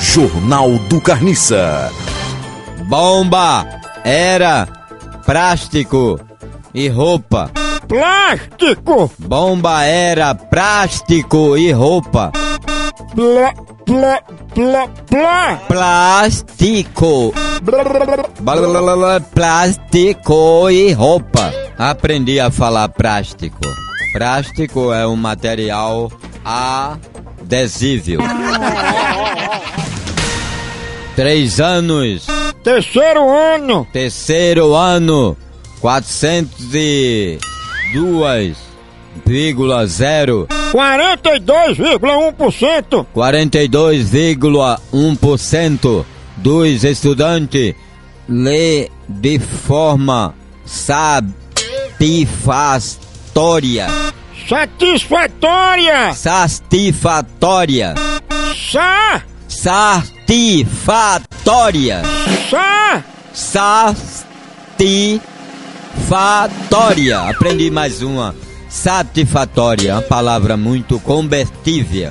Jornal do Carniça. Bomba, era, plástico e roupa. Plástico! Bomba, era, plástico e roupa. Plá, plá, plá, plá! Plástico. Blá, blá, blá, blá. Blalalala, Plástico e roupa. Aprendi a falar plástico. Plástico é um material adesível. Três anos, Terceiro ano! terceiro ano, 402,0. 42,1%! 42,1% dos estudantes lê de forma satisfatória. Satisfatória! Satisfatória. Sa! Satisfatória. Sa! Satisfatória. Aprendi mais uma. Satisfatória, uma palavra muito convertível.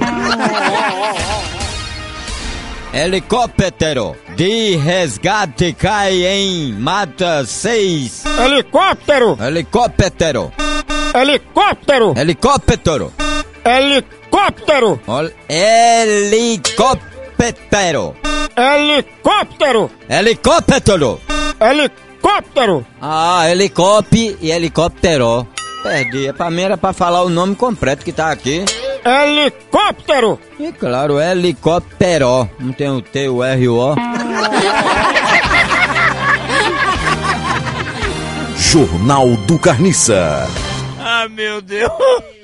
Helicóptero de resgate cai em mata 6. Helicóptero! Helicóptero. Helicóptero! Helicóptero. Helicóptero! Ol- Helicóptero. Helicóptero! Helicóptero. Helicóptero! Ah, helicóptero e helicóptero. Perdi. Pra mim era pra falar o nome completo que tá aqui. Helicóptero! E claro, helicóptero. Não tem o T, o R, o O. Jornal do Carniça. Ah, meu Deus.